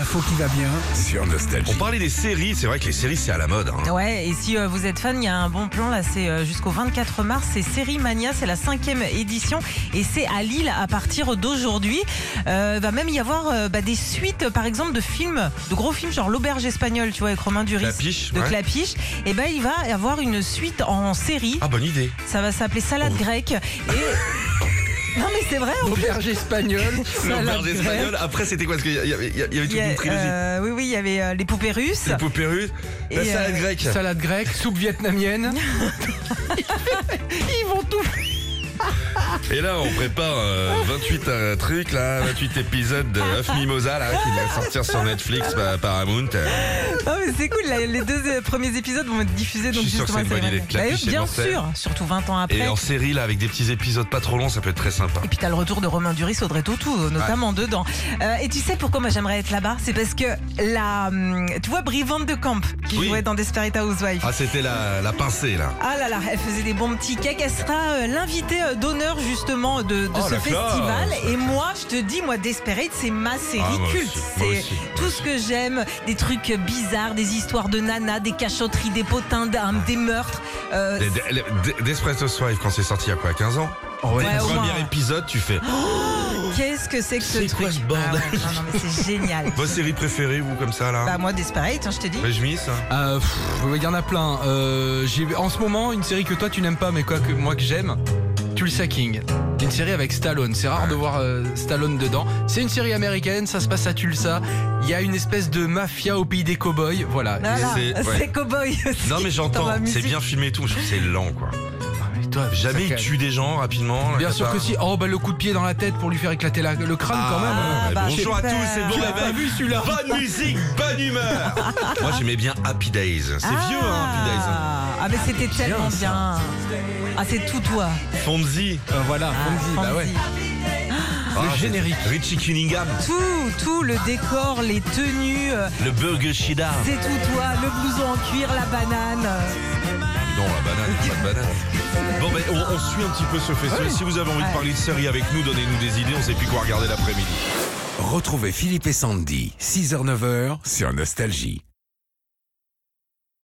l'info qui va bien. Sur Nostalgie. On parlait des séries, c'est vrai que les séries c'est à la mode. hein. Ouais, et si euh, vous êtes fan, il y a un bon plan là, c'est euh, jusqu'au 24 mars, c'est Série Mania, c'est la cinquième édition et c'est à Lille à partir d'aujourd'hui. Euh, va même y avoir euh, bah, des suites, euh, par exemple, de films, de gros films genre L'Auberge espagnole, tu vois, avec Romain Duris, Clapiche, de ouais. Clapiche. Et ben il va y avoir une suite en série. Ah bonne idée. Ça va s'appeler Salade Oh. grecque. Et... non mais c'est vrai. en plus. Auberge espagnole. Salade L'auberge grecque. espagnole. Après c'était quoi Parce qu'il y avait, il y avait toute Il y a, une trilogie. euh, oui, oui, il y avait euh, les poupées russes. Les poupées russes, la Et, salade euh, grecque. Salade grecque, soupe vietnamienne. Ils vont tout Et là on prépare euh, 28 euh, trucs là, 28 épisodes de Huff Mimosa là qui va sortir sur Netflix, par Paramount. euh. Non mais Ah c'est cool, là, les deux euh, premiers épisodes vont être diffusés Je donc suis sûr que justement c'est une bonne vrai. idée. Bah, Clapiche est bien mortel. sûr, surtout 20 ans après. Et en série là avec des petits épisodes pas trop longs, ça peut être très sympa. Et puis t'as le retour de Romain Duris, Audrey Tautou, euh, notamment dedans. Euh, et tu sais pourquoi moi j'aimerais être là-bas C'est parce que la, hum, tu vois Brivante de Camp qui Oui. jouait dans Desperate Housewives. Ah c'était la, la pincée là. Ah là là, elle faisait des bons petits cakes. Elle sera euh, l'invitée euh, d'honneur justement de, de Oh, ce la festival. classe. Et moi, je te dis, moi, Desperate, c'est ma série Ah, moi culte. aussi, moi C'est aussi, moi tout aussi. ce que j'aime, des trucs bizarres, des histoires de nanas, des cachotteries, des potins d'armes, des meurtres. Euh, Des- des- des- Desperate Housewives quand c'est sorti il y a quoi 15 ans Euh, Ouais, Oh, au Premier moins. épisode tu fais. Qu'est-ce que c'est que ce C'est truc quoi ce bordel Ah ouais, non, non, mais c'est génial. Vos séries préférées vous comme ça là Bah moi, Desperate, hein, je te dis. Réjouis ça Euh, pff, Il y en a plein. Euh, j'ai- en ce moment, une série que toi tu n'aimes pas, mais quoi que moi que j'aime, Tulsa King. Une série avec Stallone. C'est rare de voir euh, Stallone dedans. C'est une série américaine. Ça se passe à Tulsa. Il y a une espèce de mafia au pays des cowboys. Voilà. Voilà, c'est- ouais. c'est cowboy aussi. Non mais Dans j'entends, ma c'est musique. bien filmé et tout, mais je trouve que c'est lent quoi. Ah, mais toi, Jamais il ça- tue des gens rapidement. là, Bien y a sûr pas- que si. Oh bah le coup de pied dans la tête pour lui faire éclater la- le crâne Ah, quand même. hein. Ah, bah, bonjour à tous, super. c'est bon Tu l'as pas réveil. vu celui-là Bonne musique, bonne humeur. Moi j'aimais bien Happy Days. C'est Ah. vieux hein, Happy Days. hein. Ah mais c'était tellement bien. Ah c'est tout toi. Fonzie, Euh, Voilà, Ah, on dit, bah ouais. Fonzie. Ah, c'est- générique. Richie Cunningham, Tout, tout le décor, les tenues, euh, le burger Shida. c'est tout toi, le blouson en cuir, la banane. euh. Non, la banane, il y a pas de banane. Bon, ben, on, on suit un petit peu ce festival. Si vous avez envie Ouais. de parler de série avec nous, donnez-nous des idées. On sait plus quoi regarder l'après-midi. Retrouvez Philippe et Sandy, 6h-9h sur Nostalgie.